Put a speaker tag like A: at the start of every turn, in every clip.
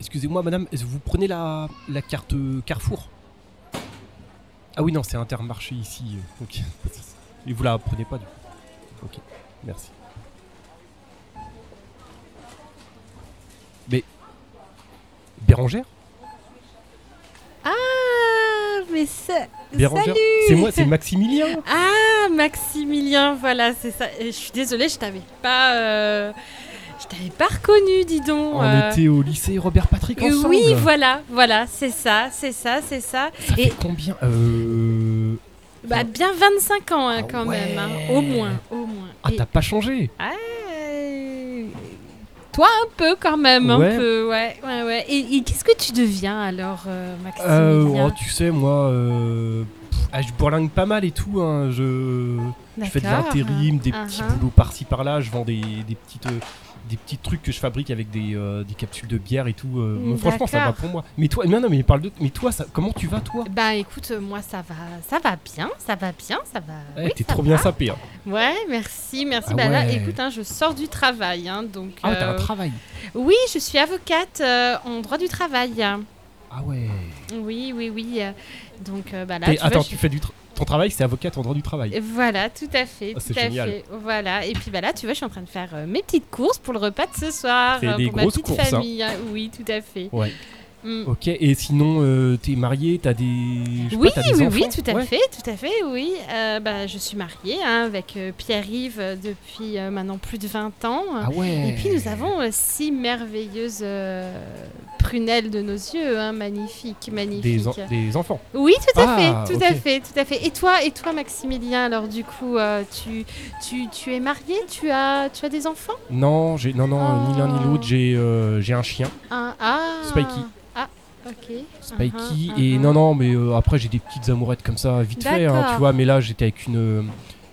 A: Excusez-moi, madame, est-ce que vous prenez la, la carte euh, Carrefour Ah oui, non, c'est Intermarché ici. euh, Ok. Et vous la prenez pas du coup Ok, merci. Mais. Bérangère
B: Ah, mais ça...
A: Bérangère C'est moi, c'est Maximilien
B: Ah, Maximilien, voilà, c'est ça. Et Je suis désolée, je t'avais pas... euh, Je t'avais pas reconnu, dis donc.
A: On
B: euh.
A: était au lycée Robert Patrick
B: Euh,
A: ensemble
B: Oui, voilà, voilà, c'est ça, c'est ça, c'est ça.
A: Ça
B: Et-
A: fait combien Euh.
B: Bah, bien 25 ans, hein,
A: Ah
B: quand
A: ouais.
B: même, hein. au moins, au moins.
A: Ah,
B: Et-
A: t'as pas changé
B: Euh, Toi un peu quand même,
A: Ouais.
B: un peu, ouais, ouais, ouais. Et, et qu'est-ce que tu deviens alors, euh,
A: Euh,
B: Maximilien
A: oh, tu sais, moi, euh, pff, ah, je bourlingue pas mal et tout. hein, je, je fais de
B: D'accord.
A: l'intérim, des
B: Ah,
A: petits
B: ah.
A: boulots par-ci par-là. Je vends des, des petites, euh, des petits trucs que je fabrique avec des, euh, des capsules de bière et tout. euh,
B: Mm,
A: mais franchement, ça va
B: d'accord.
A: pour moi. Mais toi, non, non, mais parle de, mais toi, ça, comment tu vas toi
B: Bah écoute, moi ça va, ça va bien, ça va bien, ça va.
A: Eh,
B: oui,
A: T'es
B: ça
A: trop bien
B: va.
A: sapé. Hein.
B: Ouais, merci, merci.
A: Ah
B: bah là,
A: ouais.
B: écoute, hein, je sors du travail, hein, donc.
A: Ah ouais, t'as
B: euh,
A: un travail.
B: oui, je suis avocate euh, en droit du travail.
A: Ah ouais.
B: Oui, oui, oui. euh, Donc euh, bah là,
A: T'es-
B: tu vois,
A: attends,
B: je-
A: tu fais du, tra- ton travail, c'est avocat, ton droit du travail.
B: Voilà, tout à fait,
A: Ah,
B: tout
A: c'est
B: à
A: génial.
B: fait. Voilà, et puis bah là, tu vois, je suis en train de faire euh, mes petites courses pour le repas de ce soir,
A: C'est
B: euh,
A: des
B: pour ma
A: grosses
B: petite
A: courses, hein.
B: famille. hein. Oui, tout à fait.
A: Ouais.
B: Mm.
A: Ok. Et sinon, euh, t'es marié, t'as des. je sais
B: Oui,
A: pas, t'as des
B: oui, oui,
A: enfants
B: tout à
A: Ouais.
B: fait, tout à fait, oui. Euh, bah, je suis mariée hein, avec euh, Pierre-Yves euh, depuis euh, maintenant plus de 20 ans.
A: Ah ouais.
B: Et puis nous avons euh, six merveilleuses euh, prunelles de nos yeux, hein, magnifiques,
A: des,
B: magnifiques.
A: en- des enfants.
B: Oui, tout à
A: Ah,
B: fait, tout
A: ok.
B: à fait, tout à fait. Et toi, et toi, Maximilien, alors du coup, euh, tu, tu, tu es marié, tu as, tu as des enfants
A: Non, j'ai non non
B: Oh.
A: ni l'un ni l'autre, j'ai euh, j'ai un chien,
B: Un ah.
A: Spikey.
B: Ah, ok.
A: Spikey
B: Ah, ah,
A: et
B: ah.
A: non non mais euh, après j'ai des petites amourettes comme ça vite fait hein, tu
B: D'accord.
A: vois mais là j'étais avec une euh,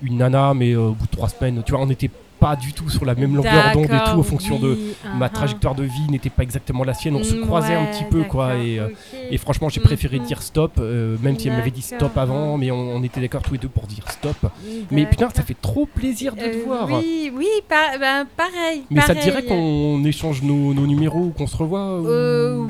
A: une nana mais euh, au bout de trois semaines tu vois on n'était pas du tout sur la même longueur d'onde et tout en
B: D'accord,
A: fonction de
B: oui,
A: ma
B: ah, ah.
A: trajectoire de vie n'était pas exactement la sienne on se
B: Mm,
A: croisait un
B: ouais,
A: petit peu quoi
B: d'accord,
A: et euh,
B: ok.
A: et franchement, j'ai
B: Mm,
A: préféré
B: mm.
A: dire stop, euh, même si elle m'avait dit stop
B: D'accord.
A: avant, mais on, on était d'accord tous les deux pour dire stop. Mais putain, ça fait trop plaisir de
B: Euh,
A: te voir.
B: Oui, oui, pa- ben, pareil.
A: Mais ça te
B: pareil.
A: dirait qu'on échange nos, nos numéros ou qu'on se revoit ou-
B: Euh,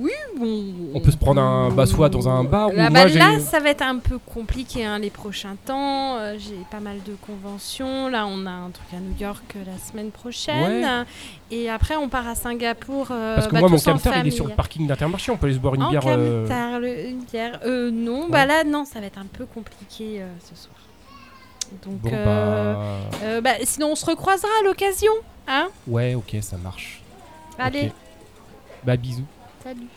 B: oui, bon.
A: On peut se prendre un bah, soit dans un bar ou
B: Là,
A: moi
B: bah,
A: j'ai.
B: là, ça va être un peu compliqué hein, les prochains temps. Euh, J'ai pas mal de conventions. Là, on a un truc à New York euh, la semaine prochaine. Et après, on part à Singapour. euh,
A: Parce que
B: bah,
A: moi mon
B: tous en
A: camtar il est sur le
B: famille.
A: parking d'intermarché, on peut aller se boire une
B: En
A: bière. euh,
B: camtar, le- une bière. Euh, non, bah là, non, ça va être un peu compliqué euh, ce soir. Donc,
A: Bon
B: euh,
A: bah.
B: euh, bah, sinon, on se recroisera à l'occasion. Hein
A: Ouais, ok, ça marche.
B: Allez,
A: Ok. Bah bisous.
B: salut.